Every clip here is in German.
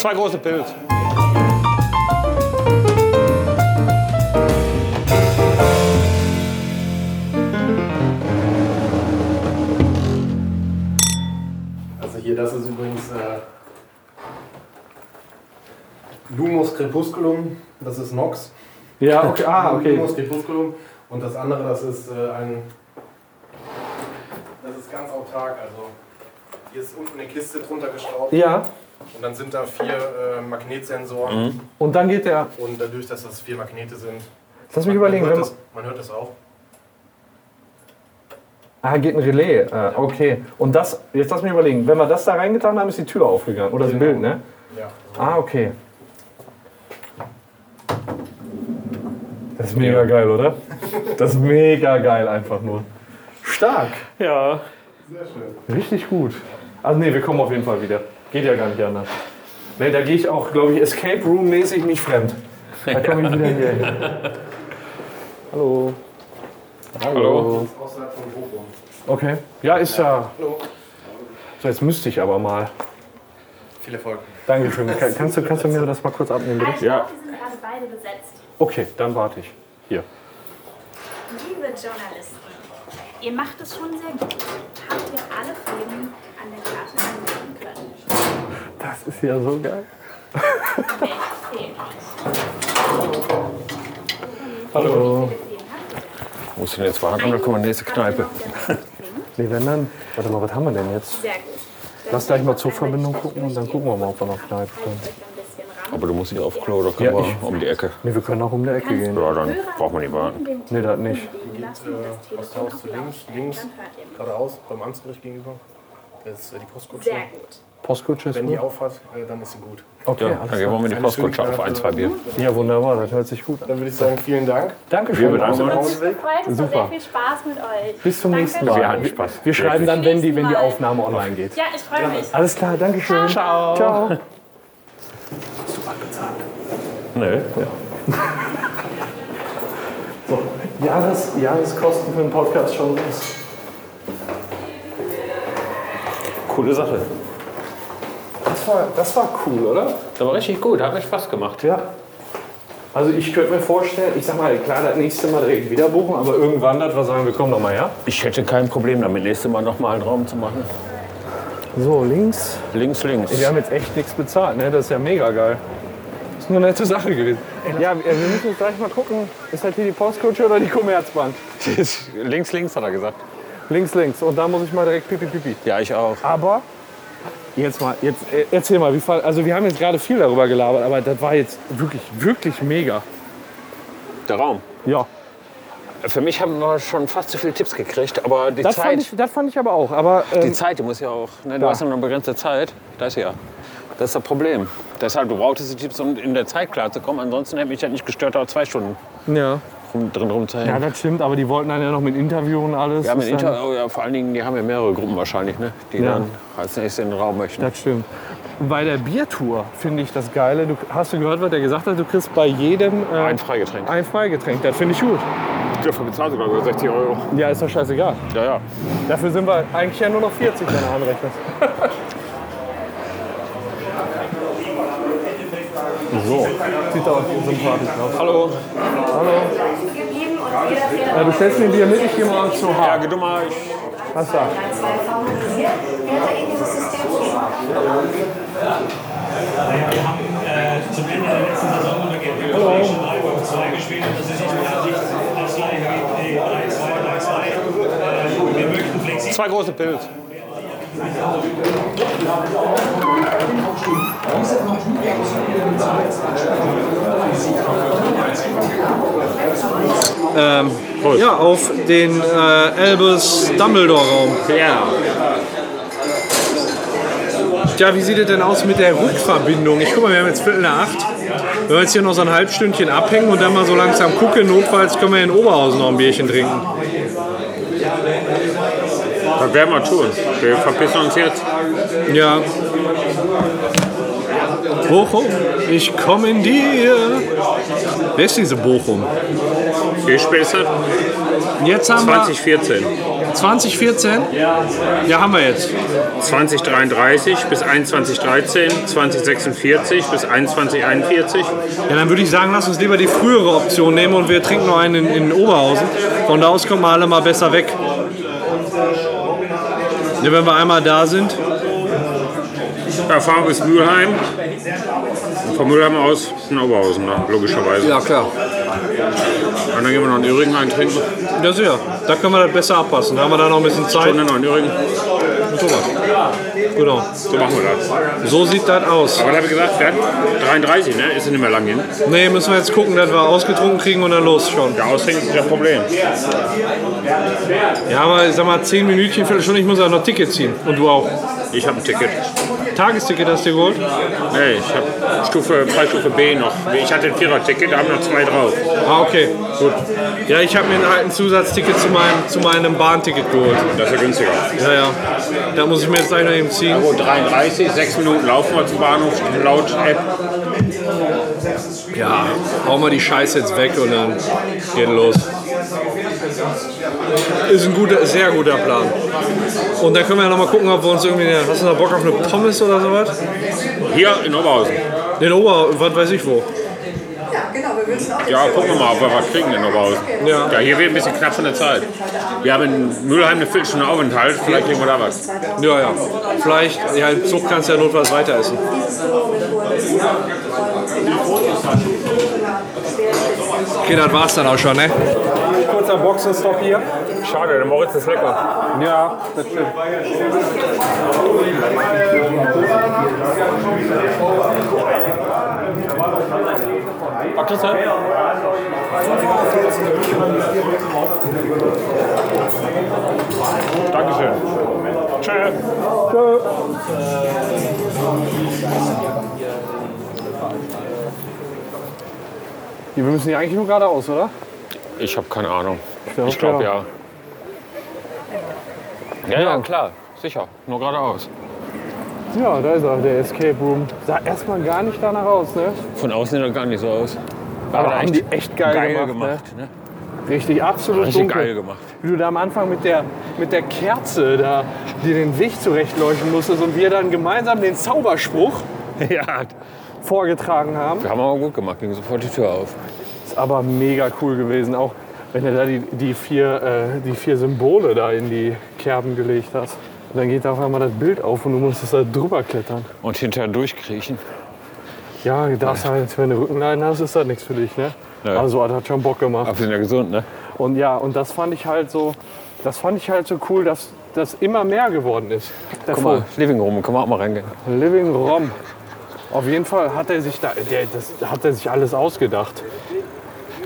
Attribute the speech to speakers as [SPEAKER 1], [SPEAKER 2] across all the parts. [SPEAKER 1] Zwei große Pilz.
[SPEAKER 2] Also hier, das ist übrigens äh, Lumos crepusculum, das ist Nox.
[SPEAKER 3] Ja, okay. Ah, okay.
[SPEAKER 2] Lumos crepusculum und das andere, das ist äh, ein... Das ist ganz autark, also hier ist unten eine Kiste drunter geschraubt
[SPEAKER 3] Ja,
[SPEAKER 2] und dann sind da vier äh, Magnetsensoren
[SPEAKER 3] und dann geht der.
[SPEAKER 2] und dadurch, dass das vier Magnete sind...
[SPEAKER 3] Lass mich
[SPEAKER 2] man-
[SPEAKER 3] überlegen.
[SPEAKER 2] Man
[SPEAKER 3] Wenn
[SPEAKER 2] hört,
[SPEAKER 3] man,
[SPEAKER 2] das, man hört das auch.
[SPEAKER 3] ah, geht ein Relais. Äh, okay. Und das, jetzt lass mich überlegen. Wenn wir das da reingetan haben, ist die Tür aufgegangen. Oder das
[SPEAKER 2] Genau.
[SPEAKER 3] Bild, ne?
[SPEAKER 2] Ja,
[SPEAKER 3] Ah, okay. Das ist mega geil, oder? Das ist mega geil einfach nur. Stark.
[SPEAKER 1] Ja.
[SPEAKER 2] sehr schön.
[SPEAKER 3] Richtig gut. Also nee, wir kommen auf jeden Fall wieder. Geht ja gar nicht anders. Nee, da gehe ich auch, glaube ich, Escape Room-mäßig nicht fremd. Da komme ich wieder hier. Hallo.
[SPEAKER 1] Hallo.
[SPEAKER 2] Das ist außerhalb von Bochum.
[SPEAKER 3] Okay. Ja, ist ja.
[SPEAKER 2] Hallo.
[SPEAKER 3] So, jetzt müsste ich aber mal.
[SPEAKER 2] Viel Erfolg.
[SPEAKER 3] Dankeschön. Kann- Kannst du, kannst du mir das mal kurz abnehmen,
[SPEAKER 4] Ah,
[SPEAKER 3] bitte?
[SPEAKER 4] ich
[SPEAKER 1] Ja.
[SPEAKER 4] glaube, die sind gerade beide besetzt.
[SPEAKER 3] Okay, dann warte ich. Hier.
[SPEAKER 4] Liebe Journalisten, ihr macht es schon sehr gut. Habt ihr alle Themen an der Karte angeben können?
[SPEAKER 3] Das ist ja so geil.
[SPEAKER 4] Welche fehlen euch?
[SPEAKER 3] Hallo.
[SPEAKER 4] Welche Themen habt ihr denn?
[SPEAKER 1] Wo ist denn jetzt Wagen? Dann kommen wir in die nächste
[SPEAKER 4] Habt ihr
[SPEAKER 1] Kneipe.
[SPEAKER 4] noch den letzten Ding?
[SPEAKER 3] Nee, wenn dann. Warte mal, was haben wir denn jetzt?
[SPEAKER 4] Sehr gut. Dann
[SPEAKER 3] Lass gleich mal
[SPEAKER 4] einmal
[SPEAKER 3] Zugverbindung
[SPEAKER 4] schnell
[SPEAKER 3] gucken und dann gucken wir mal, ob wir noch Kneipe
[SPEAKER 4] durchgehen.
[SPEAKER 3] können.
[SPEAKER 4] Haltet euch ein bisschen ran.
[SPEAKER 1] Aber du musst nicht auf Klo, da können
[SPEAKER 3] Ja,
[SPEAKER 1] wir um die Ecke.
[SPEAKER 3] Nee, wir können auch um die Ecke gehen.
[SPEAKER 1] Ja, dann braucht man nicht warten.
[SPEAKER 4] Den Telefon
[SPEAKER 3] Nee, das nicht.
[SPEAKER 4] liegen lassen und das
[SPEAKER 2] Äh, aus
[SPEAKER 4] Telefon
[SPEAKER 2] Haus
[SPEAKER 4] auf
[SPEAKER 2] zu links,
[SPEAKER 4] Lautstärke,
[SPEAKER 2] links,
[SPEAKER 4] dann hört ihr mich.
[SPEAKER 2] geradeaus, beim Amtsgericht gegenüber. Das ist äh, die Postkutsche.
[SPEAKER 4] Sehr gut.
[SPEAKER 3] Postkutsche ist
[SPEAKER 2] Wenn die
[SPEAKER 3] gut.
[SPEAKER 2] aufhat, äh, dann ist sie gut.
[SPEAKER 3] Okay,
[SPEAKER 1] Ja, dann
[SPEAKER 3] alles
[SPEAKER 1] gehen wir
[SPEAKER 3] klar.
[SPEAKER 1] mit die Postkutsche auf ein, zwei Bier.
[SPEAKER 3] Ja, wunderbar, das hört sich gut an.
[SPEAKER 2] Dann würde ich sagen, vielen Dank.
[SPEAKER 3] Dankeschön.
[SPEAKER 1] Wir bedanken
[SPEAKER 4] Hat
[SPEAKER 1] uns.
[SPEAKER 4] mich gefreut, es war
[SPEAKER 3] Super.
[SPEAKER 4] sehr viel Spaß mit euch.
[SPEAKER 3] Bis zum
[SPEAKER 4] Danke.
[SPEAKER 3] nächsten Mal.
[SPEAKER 1] Wir hatten Spaß.
[SPEAKER 3] Wir schreiben dann, wenn die, wenn die
[SPEAKER 4] Nächsten Mal.
[SPEAKER 3] Aufnahme online geht.
[SPEAKER 4] Ja, ich freue mich.
[SPEAKER 3] Alles klar, Dankeschön. Ciao. Ciao.
[SPEAKER 1] Nee.
[SPEAKER 3] So, Jahres, Jahreskosten für einen Podcast schon ist.
[SPEAKER 1] Coole Sache.
[SPEAKER 3] Das war, das war cool, oder?
[SPEAKER 1] Das war richtig gut, hat mir Spaß gemacht.
[SPEAKER 3] Ja. Also ich könnte mir vorstellen, ich sag mal, klar, das nächste Mal direkt wieder buchen, aber irgendwann das was sagen, wir kommen nochmal her.
[SPEAKER 1] Ich hätte kein Problem damit, nächstes Mal nochmal einen Raum zu machen.
[SPEAKER 3] So, links.
[SPEAKER 1] Links, links.
[SPEAKER 3] Wir haben jetzt echt nichts bezahlt, ne? Das ist ja mega geil. Ist eine nette Sache gewesen. Ja, wir wir müssen jetzt gleich mal gucken, ist halt hier die Postkutsche oder die Commerzbank?
[SPEAKER 1] links, links hat er gesagt.
[SPEAKER 3] Links, links. Und da muss ich mal direkt pipi, pipi.
[SPEAKER 1] Ja, ich auch.
[SPEAKER 3] Aber jetzt mal, jetzt äh, erzähl mal, wie fall, also wir haben jetzt gerade viel darüber gelabert, aber das war jetzt wirklich, wirklich mega.
[SPEAKER 1] Der Raum.
[SPEAKER 3] Ja,
[SPEAKER 1] Für mich haben wir schon fast zu viele Tipps gekriegt, aber die
[SPEAKER 3] das
[SPEAKER 1] Zeit,
[SPEAKER 3] fand, ich, das fand ich aber auch. Aber
[SPEAKER 1] die
[SPEAKER 3] ähm,
[SPEAKER 1] Zeit, die muss ja auch, ne, du hast ja nur eine begrenzte Zeit, da ist sie ja. Das ist das Problem. Deshalb, du brauchtest die Tipps, um in der Zeit klarzukommen. Ansonsten hätte mich das nicht gestört, da zwei Stunden
[SPEAKER 3] ja.
[SPEAKER 1] rum, drin
[SPEAKER 3] ja,
[SPEAKER 1] rumzuhängen.
[SPEAKER 3] das stimmt, aber die wollten dann ja noch mit Interview und alles.
[SPEAKER 1] Wir haben
[SPEAKER 3] Das
[SPEAKER 1] in
[SPEAKER 3] ist dann-
[SPEAKER 1] Inter oh, ja, vor allen Dingen, die haben ja mehrere Gruppen wahrscheinlich, ne, die
[SPEAKER 3] Ja.
[SPEAKER 1] dann als nächstes in den Raum möchten.
[SPEAKER 3] Das stimmt. Bei der Biertour finde ich das Geile. Du, hast du gehört, was der gesagt hat? Du kriegst bei jedem äh,
[SPEAKER 1] Ein Freigetränk.
[SPEAKER 3] ein Freigetränk. Das finde ich gut.
[SPEAKER 1] Dafür bezahlt sogar über 60 Euro.
[SPEAKER 3] Ja, ist doch scheißegal.
[SPEAKER 1] Ja, ja.
[SPEAKER 3] Dafür sind wir eigentlich ja nur noch 40, wenn du anrechnest.
[SPEAKER 1] So.
[SPEAKER 3] Sieht doch sympathisch aus.
[SPEAKER 1] Hallo.
[SPEAKER 3] Hallo.
[SPEAKER 4] geblieben und jeder Fehler
[SPEAKER 3] Ja, du stellst mir Bier mit, ich gehe mal zu
[SPEAKER 1] Ja,
[SPEAKER 3] H.
[SPEAKER 1] Gedummer. Ich
[SPEAKER 3] Was da?
[SPEAKER 5] zwei favorisiert. Wer hat da ähnliches System schon?
[SPEAKER 6] Naja, wir haben äh, zum Ende der letzten Saison unter GmbH schon 3 Wochen 2 gespielt und das ist aus meiner Sicht als Laie geht 3, 2, 3, 2. Wir möchten flexibel.
[SPEAKER 1] Zwei große Pilz.
[SPEAKER 3] Ja, auf den äh, Elbes Dumbledore-Raum.
[SPEAKER 1] Ja.
[SPEAKER 3] Tja, wie sieht es denn aus mit der Rückverbindung? Ich guck mal, wir haben jetzt Viertel nach acht. Wenn wir jetzt hier noch so ein Halbstündchen abhängen und dann mal so langsam gucken, notfalls können wir in Oberhausen noch ein Bierchen trinken.
[SPEAKER 1] Das werden wir tun. Wir verpissen uns jetzt.
[SPEAKER 3] Ja. Bochum, ich komme in dir. Wer ist diese Bochum?
[SPEAKER 1] Wie spät ist das?
[SPEAKER 3] Jetzt haben wir,
[SPEAKER 1] 2014.
[SPEAKER 7] 2014? Ja, haben wir jetzt.
[SPEAKER 8] 2033 bis 2113, 2046 bis 2141.
[SPEAKER 7] Ja, dann würde ich sagen, lass uns lieber die frühere Option nehmen und wir trinken noch einen in, in Oberhausen. Von da aus kommen wir alle mal besser weg. Ja, wenn wir einmal da sind.
[SPEAKER 8] Erfahrung ist Mülheim. Und Von Mülheim aus in Oberhausen, ne? logischerweise.
[SPEAKER 7] klar.
[SPEAKER 8] Und dann gehen wir noch in Üringen eintrinken.
[SPEAKER 7] Ja, sicher. Da können wir das besser abpassen. Da haben wir da noch ein bisschen Zeit.
[SPEAKER 8] Stunde noch in Üringen.
[SPEAKER 7] Und sowas. Genau.
[SPEAKER 8] So machen wir das. Aber
[SPEAKER 7] So sieht das aus.
[SPEAKER 8] da habe ich gesagt, wir hatten 33, ne? Ist ja nicht mehr lang hin.
[SPEAKER 7] Nee, müssen wir jetzt gucken, dass wir ausgetrunken kriegen und dann los schon.
[SPEAKER 8] Der Austrinken ist nicht das Problem.
[SPEAKER 7] Ja, aber ich sag mal, 10 Minütchen, Viertelstunde, ich muss ja noch Ticket ziehen. Und du auch.
[SPEAKER 8] Ich habe ein Ticket.
[SPEAKER 7] Tagesticket hast du dir geholt?
[SPEAKER 8] Nee, ich habe Stufe, Preisstufe B noch. Ich hatte ein Vierer-Ticket, da haben noch zwei drauf.
[SPEAKER 7] Ah, okay. Gut. Ja, ich habe mir einen alten Zusatzticket zu meinem, zu meinem Bahnticket geholt.
[SPEAKER 8] Das ist ja günstiger.
[SPEAKER 7] Ja, ja. Da muss ich mir jetzt gleich noch eben ziehen.
[SPEAKER 8] Gut, 33, sechs Minuten laufen wir zum Bahnhof laut App.
[SPEAKER 7] Ja, hau mal die Scheiße jetzt weg und dann geht los. Ist ein guter, sehr guter Plan. Und dann können wir ja nochmal gucken, ob wir uns irgendwie. Hast du da Bock auf eine Pommes oder sowas?
[SPEAKER 8] Hier in Oberhausen.
[SPEAKER 7] Den Ober, was weiß ich wo.
[SPEAKER 5] Ja, genau, wir wünschen auch
[SPEAKER 8] Ja, gucken wir mal, ob wir was kriegen in Oberhausen.
[SPEAKER 7] Ja.
[SPEAKER 8] Ja, hier wird ein bisschen knapp von der Zeit. Wir haben in Mülheim eine Viertelstunde Aufenthalt, vielleicht kriegen wir da was.
[SPEAKER 7] Ja, ja. Vielleicht, ja, im Zug kannst du ja notfalls weiter essen. Okay, das war's dann auch schon, ne?
[SPEAKER 3] Kurzer Boxenstopp hier.
[SPEAKER 8] Schade, der Moritz ist lecker.
[SPEAKER 3] Ja, das stimmt.
[SPEAKER 8] Dankeschön. Tschö.
[SPEAKER 3] Wir müssen hier eigentlich nur geradeaus, oder?
[SPEAKER 8] Ich habe keine Ahnung.
[SPEAKER 3] glaub,
[SPEAKER 8] Ich glaube
[SPEAKER 3] ja.
[SPEAKER 8] ja. Ja, ja,
[SPEAKER 3] Genau.
[SPEAKER 8] klar. Sicher. Nur geradeaus.
[SPEAKER 3] Ja, da ist er, der Escape Room. Sah erstmal gar nicht danach aus, ne?
[SPEAKER 1] Von außen sieht das gar nicht so aus.
[SPEAKER 3] Aber
[SPEAKER 1] da
[SPEAKER 3] haben
[SPEAKER 1] echt
[SPEAKER 3] die echt geil,
[SPEAKER 1] Geil
[SPEAKER 3] gemacht.
[SPEAKER 1] gemacht. Ne?
[SPEAKER 3] Ne? Richtig, absolut
[SPEAKER 1] Richtig
[SPEAKER 3] dunkel.
[SPEAKER 1] geil gemacht.
[SPEAKER 3] Wie du da am Anfang mit der, mit der Kerze da dir den Weg zurechtleuchten musstest und wir dann gemeinsam den Zauberspruch
[SPEAKER 1] Ja,
[SPEAKER 3] vorgetragen haben.
[SPEAKER 1] wir haben aber gut gemacht. Ging sofort die Tür auf.
[SPEAKER 3] Ist aber mega cool gewesen, auch wenn du da die, die, vier, äh, die vier Symbole da in die Kerben gelegt hast. Und dann geht da auf einmal das Bild auf und du musstest da drüber klettern.
[SPEAKER 1] Und hinterher durchkriechen.
[SPEAKER 3] Ja, du darfst halt, wenn du Rückenleiden hast, ist das nichts für dich, ne?
[SPEAKER 1] Nö.
[SPEAKER 3] Also das hat schon Bock gemacht.
[SPEAKER 1] Aber wir sind ja gesund, ne?
[SPEAKER 3] Und ja, und das fand ich halt so, das fand ich halt so cool, dass das immer mehr geworden ist.
[SPEAKER 1] Guck mal, Living Room, können wir auch mal reingehen.
[SPEAKER 3] Living Rom. Auf jeden Fall hat er sich da, der, das hat er sich alles ausgedacht.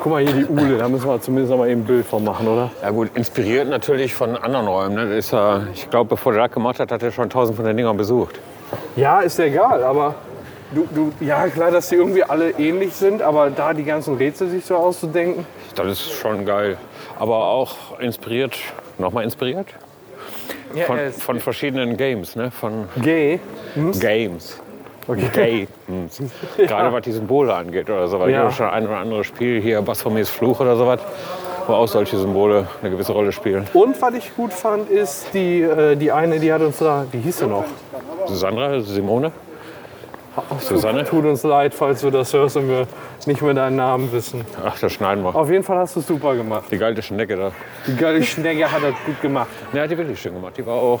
[SPEAKER 3] Guck mal hier die Uhle, da müssen wir zumindest noch mal eben ein Bild von machen, oder?
[SPEAKER 1] Ja gut, inspiriert natürlich von anderen Räumen. Ne? Das ist, ja- ich glaube, bevor der das gemacht hat, hat er schon tausend von den Dingern besucht.
[SPEAKER 3] Ja, ist ja egal, aber du, du, ja klar, dass die irgendwie alle ähnlich sind, aber da die ganzen Rätsel sich so auszudenken.
[SPEAKER 1] Das ist schon geil. Aber auch inspiriert, nochmal inspiriert? Von,
[SPEAKER 3] er ist-
[SPEAKER 1] von verschiedenen Games, ne? Von
[SPEAKER 3] Gay.
[SPEAKER 1] Games. Okay. Games. Gerade was die Symbole angeht oder so. Weil
[SPEAKER 3] Ja.
[SPEAKER 1] ja. schon ein oder andere Spiel hier, Basphomets Fluch oder sowas, wo auch solche Symbole eine gewisse Rolle spielen.
[SPEAKER 3] Und was ich gut fand, ist die, äh, die eine, die hat uns da, die hieß sie noch. Oh.
[SPEAKER 1] Sandra, Simone? Susanne?
[SPEAKER 3] Tut uns leid, falls du das hörst und wir nicht mehr deinen Namen wissen.
[SPEAKER 1] Ach, das schneiden wir.
[SPEAKER 3] Auf jeden Fall hast du es super gemacht.
[SPEAKER 1] Die geile Schnecke da.
[SPEAKER 3] Die geile Schnecke hat das gut gemacht.
[SPEAKER 1] Ja, die wirklich schön gemacht. Die war auch.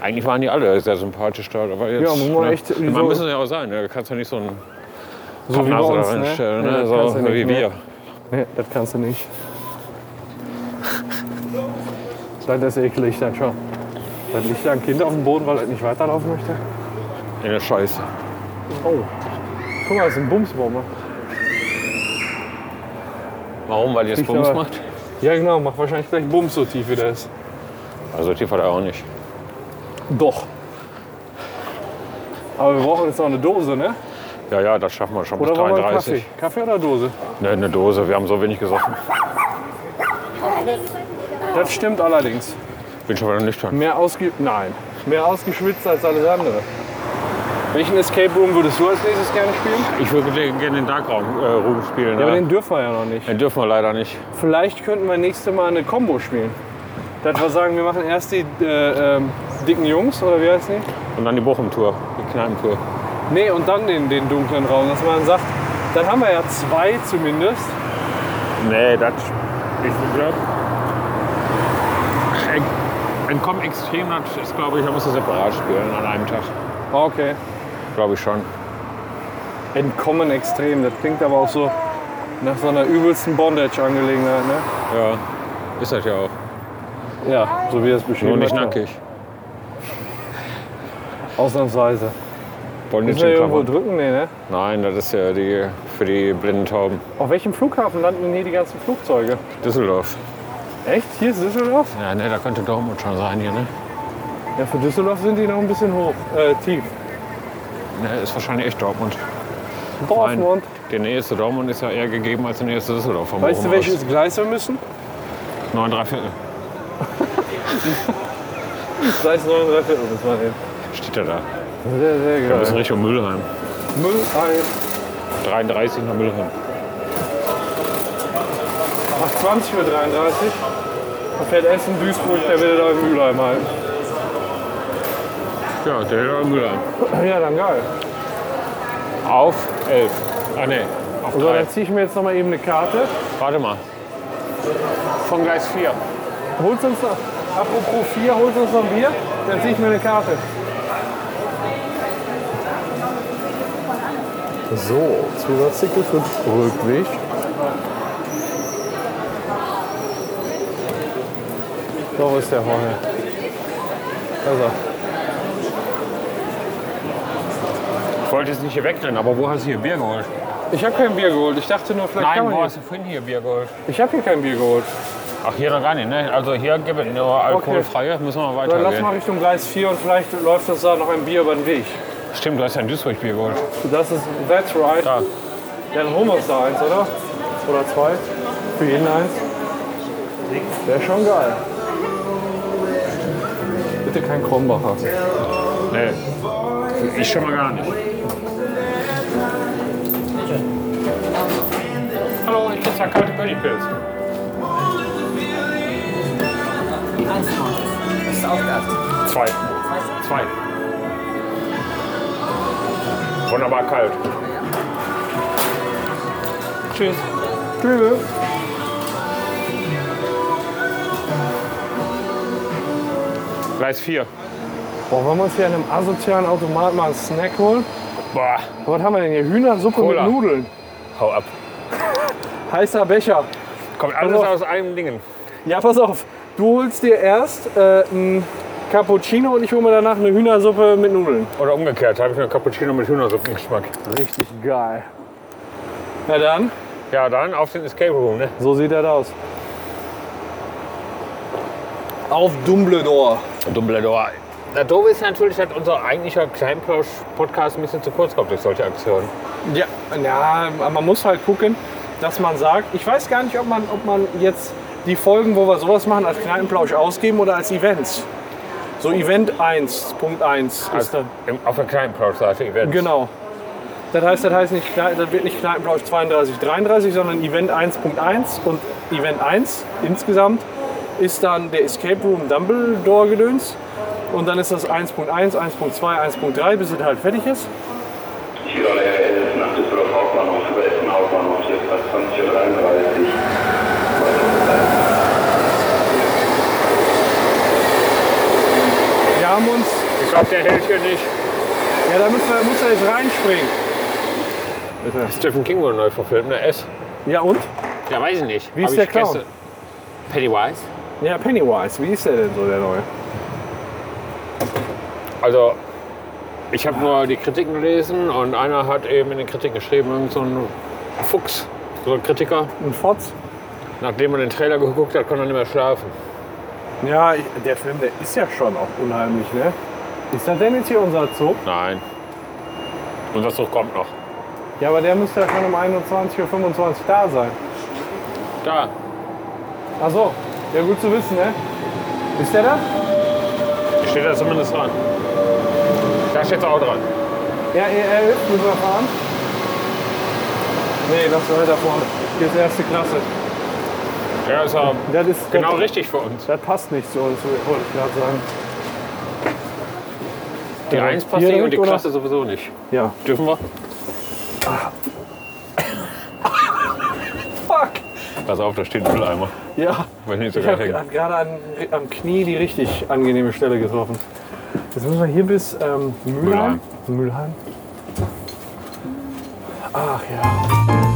[SPEAKER 1] Eigentlich waren die alle sehr sympathisch da. Aber jetzt,
[SPEAKER 3] Ja, muss man echt-
[SPEAKER 1] Man
[SPEAKER 3] so-
[SPEAKER 1] müssen sie ja auch sein. Ne? Du kannst ja nicht so einen
[SPEAKER 3] So wie bei
[SPEAKER 1] Nase da
[SPEAKER 3] uns, ne?
[SPEAKER 1] reinstellen.
[SPEAKER 3] Nee,
[SPEAKER 1] Ne?
[SPEAKER 3] das kannst
[SPEAKER 1] So
[SPEAKER 3] du nicht,
[SPEAKER 1] wie
[SPEAKER 3] ne?
[SPEAKER 1] wir.
[SPEAKER 3] Nee, das kannst du nicht. Das ist eklig, dann schon. Dann liegt da ein Kind auf dem Boden, weil er nicht weiterlaufen möchte.
[SPEAKER 1] In der Scheiße.
[SPEAKER 3] Oh. Guck mal, das ist ein Bumsbomber.
[SPEAKER 1] Warum? Weil die jetzt
[SPEAKER 3] Riecht
[SPEAKER 1] Bums
[SPEAKER 3] aber-
[SPEAKER 1] macht?
[SPEAKER 3] Ja, genau, macht wahrscheinlich gleich Bums so tief wie der ist.
[SPEAKER 1] Also, die war da auch nicht.
[SPEAKER 3] Doch. Aber wir brauchen jetzt noch eine Dose, ne?
[SPEAKER 1] Ja, ja, das schaffen wir schon
[SPEAKER 3] Oder
[SPEAKER 1] bis
[SPEAKER 3] wollen wir einen Kaffee?
[SPEAKER 1] 33.
[SPEAKER 3] Kaffee oder Dose?
[SPEAKER 1] Ne, eine Dose. Wir haben so wenig gesoffen.
[SPEAKER 3] Das stimmt allerdings.
[SPEAKER 1] Bin schon wieder nüchtern.
[SPEAKER 3] Mehr ausge... Nein. Mehr ausgeschwitzt als alles andere. Welchen Escape Room würdest du als nächstes gerne spielen?
[SPEAKER 1] Ich würde gerne den Dark Room, äh, Room spielen.
[SPEAKER 3] Ja, aber
[SPEAKER 1] ne?
[SPEAKER 3] den dürfen wir ja noch nicht.
[SPEAKER 1] den dürfen wir leider nicht.
[SPEAKER 3] Vielleicht könnten wir nächstes Mal eine Combo spielen. dass wir sagen, wir machen erst die äh, ähm, dicken Jungs, oder wie heißt die?
[SPEAKER 1] Und dann die Bochum-Tour, die Kneipentour.
[SPEAKER 3] Nee, und dann den, den dunklen Raum, dass man sagt, dann haben wir ja zwei zumindest.
[SPEAKER 1] Nee, das. Ich glaube. Entkommen extrem, das ist, glaube ich, da musst du separat spielen an einem Tag.
[SPEAKER 3] Ah, Okay.
[SPEAKER 1] Glaube ich schon.
[SPEAKER 3] Entkommen extrem, das klingt aber auch so nach so einer übelsten Bondage-Angelegenheit, ne?
[SPEAKER 1] Ja. Ist das ja auch.
[SPEAKER 3] Ja, so wie er es beschrieben
[SPEAKER 1] Nur nicht
[SPEAKER 3] hat.
[SPEAKER 1] nackig.
[SPEAKER 3] Ausnahmsweise.
[SPEAKER 1] Bondage
[SPEAKER 3] Müssen wir
[SPEAKER 1] in
[SPEAKER 3] irgendwo
[SPEAKER 1] Klammern.
[SPEAKER 3] drücken? Nee, ne?
[SPEAKER 1] Nein, das ist ja die für die blinden Tauben.
[SPEAKER 3] Auf welchem Flughafen landen denn hier die ganzen Flugzeuge?
[SPEAKER 1] Düsseldorf.
[SPEAKER 3] Echt? Hier ist Düsseldorf?
[SPEAKER 1] Ja, ne, da könnte Dortmund schon sein hier, ne?
[SPEAKER 3] Ja, für Düsseldorf sind die noch ein bisschen hoch, äh, tief.
[SPEAKER 1] Ne, ist wahrscheinlich echt Dortmund.
[SPEAKER 3] Dortmund.
[SPEAKER 1] Der nächste Dortmund ist ja eher gegeben als der nächste Düsseldorf. Vom
[SPEAKER 3] Weißt du, welches Gleis wir müssen?
[SPEAKER 1] 9 3 Viertel.
[SPEAKER 3] Gleis 9 3 Viertel, das war eben.
[SPEAKER 1] Steht er da.
[SPEAKER 3] Sehr, sehr
[SPEAKER 1] Wir müssen
[SPEAKER 3] geil.
[SPEAKER 1] Richtung Mülheim.
[SPEAKER 3] Müll, ein.
[SPEAKER 1] 33 nach Mülheim.
[SPEAKER 3] Ach, 20 Uhr 33. Da fährt Essen, Duisburg, der will da im Mülheim halten.
[SPEAKER 1] Ja, der hält auch in Mülheim.
[SPEAKER 3] Ja, dann geil.
[SPEAKER 1] Auf 11. Ah, ne. Auf
[SPEAKER 3] So,
[SPEAKER 1] 3.
[SPEAKER 3] dann ziehe ich mir jetzt noch mal eben eine Karte.
[SPEAKER 1] Warte mal. Von Gleis 4.
[SPEAKER 3] Holst uns noch, apropos 4, holst uns noch ein Bier? Dann ziehe ich mir eine Karte.
[SPEAKER 9] So, Zusatzticket für Rückweg.
[SPEAKER 3] So, wo ist der Horne? Also,
[SPEAKER 1] Ich wollte jetzt nicht hier wegrennen, aber wo hast du hier Bier geholt?
[SPEAKER 3] ich habe kein Bier geholt. Ich dachte nur, vielleicht kann
[SPEAKER 1] Nein,
[SPEAKER 3] man
[SPEAKER 1] wo
[SPEAKER 3] hier.
[SPEAKER 1] hast du vorhin hier Bier geholt?
[SPEAKER 3] Ich habe hier kein Bier geholt.
[SPEAKER 1] Ach, hier noch gar nicht, ne? Also hier gibt es nur alkoholfreie, müssen wir
[SPEAKER 3] Dann lass
[SPEAKER 1] weitergehen.
[SPEAKER 3] mal Richtung Gleis 4 und vielleicht läuft uns da noch ein Bier über den Weg.
[SPEAKER 1] Stimmt, du hast ja ein Duisburg-Bier geholt.
[SPEAKER 3] Das ist, that's right.
[SPEAKER 1] Da.
[SPEAKER 3] Ja, dann holen wir uns da eins, oder? Oder zwei. Für jeden eins. Wäre schon geil. Bitte kein Kronbacher.
[SPEAKER 1] Nee. Ich schon mal gar nicht. Hallo, ich bin Sakati Berlin Pilz. Zwei. Zwei. Wunderbar kalt. Tschüss.
[SPEAKER 3] Tschüss.
[SPEAKER 1] Gleis 4.
[SPEAKER 3] Boah, wollen wir uns hier an einem asozialen Automat mal einen Snack holen?
[SPEAKER 1] Boah,
[SPEAKER 3] Was haben wir denn hier? Hühnersuppe
[SPEAKER 1] Cola.
[SPEAKER 3] mit Nudeln.
[SPEAKER 1] hau ab.
[SPEAKER 3] Heißer Becher.
[SPEAKER 1] Kommt alles
[SPEAKER 3] Hallo.
[SPEAKER 1] aus einem Dingen.
[SPEAKER 3] Ja, pass auf. Du holst dir erst äh, ein Cappuccino und ich hole mir danach eine Hühnersuppe mit Nudeln.
[SPEAKER 1] Oder umgekehrt, habe ich nur Cappuccino mit Hühnersuppengeschmack.
[SPEAKER 3] Richtig geil. Na dann,
[SPEAKER 1] Ja, dann auf den Escape Room, ne?
[SPEAKER 3] so sieht das aus. Auf Dumbledore.
[SPEAKER 1] Dumbledore. Na, doof ist natürlich, dass unser eigentlicher Kleinplausch-Podcast ein bisschen zu kurz kommt durch solche Aktionen.
[SPEAKER 3] Ja, ja, man muss halt gucken, dass man sagt, ich weiß gar nicht, ob man, ob man jetzt die Folgen, wo wir sowas machen, als Kneipenplausch ausgeben oder als Events. So Event 1, Punkt 1 ist dann.
[SPEAKER 1] im, auf der Kleinplausch-Seite Events.
[SPEAKER 3] Genau. Das heißt, das, heißt nicht, Kne- das wird nicht Kneipenplausch 32, 33, sondern Event 1.1 und Event 1 insgesamt ist dann der Escape Room Dumbledore gedöns und dann ist das 1.1, 1.2, 1.3, bis es halt fertig ist.
[SPEAKER 10] Tirol RS nach Düsseldorf Hauptbahnhof, über Essen Hauptbahnhof, Sitzplatz 20.33 Uhr.
[SPEAKER 3] Wir haben uns,
[SPEAKER 1] Ich glaube, der hält hier nicht.
[SPEAKER 3] ja da müssen wir, muss er jetzt reinspringen.
[SPEAKER 1] Stephen King wurde neu verfilmt, ne? S.
[SPEAKER 3] Ja und?
[SPEAKER 1] Ja, weiß ich nicht.
[SPEAKER 3] Wie ist
[SPEAKER 1] Hab
[SPEAKER 3] der
[SPEAKER 1] ich
[SPEAKER 3] Clown?
[SPEAKER 1] gestern- Pennywise.
[SPEAKER 3] Ja, Pennywise, wie ist der denn so, der neue?
[SPEAKER 1] Also, ich habe nur die Kritiken gelesen und einer hat eben in den Kritiken geschrieben, irgend so ein Fuchs, so ein Kritiker.
[SPEAKER 3] Ein Fotz?
[SPEAKER 1] Nachdem man den Trailer geguckt hat, konnte er nicht mehr schlafen.
[SPEAKER 3] Ja, ich, der Film, der ist ja schon auch unheimlich, ne? Ist das denn jetzt hier unser Zoo?
[SPEAKER 1] Nein. Und das Zug kommt noch.
[SPEAKER 3] Ja, aber der müsste ja schon um 21.25 Uhr da sein.
[SPEAKER 1] Da.
[SPEAKER 3] Ach so, ja gut zu wissen, ne? Ist der da?
[SPEAKER 1] Steht da zumindest dran. Da steht auch dran.
[SPEAKER 3] Ja, ERF, müssen wir fahren? Nee, lass weiter vorne. Hier ist erste Klasse.
[SPEAKER 8] Ja, ist ja
[SPEAKER 3] Das ist
[SPEAKER 8] genau
[SPEAKER 3] das,
[SPEAKER 8] richtig für uns.
[SPEAKER 3] Das passt nicht zu uns, wollte ich gerade sagen.
[SPEAKER 1] Die
[SPEAKER 3] Ja,
[SPEAKER 1] 1 passt
[SPEAKER 3] hier
[SPEAKER 1] nicht und die
[SPEAKER 3] direkt, oder?
[SPEAKER 1] Klasse sowieso nicht.
[SPEAKER 3] Ja.
[SPEAKER 1] Dürfen wir?
[SPEAKER 3] Fuck!
[SPEAKER 1] Pass auf, da steht ein Mülleimer.
[SPEAKER 3] Ja.
[SPEAKER 1] Wenn nicht
[SPEAKER 3] Ich
[SPEAKER 1] sogar
[SPEAKER 3] habe
[SPEAKER 1] hängen.
[SPEAKER 3] gerade an, am Knie die richtig angenehme Stelle getroffen. Jetzt müssen wir hier bis ähm, Mülheim. Mülheim. Ach ja.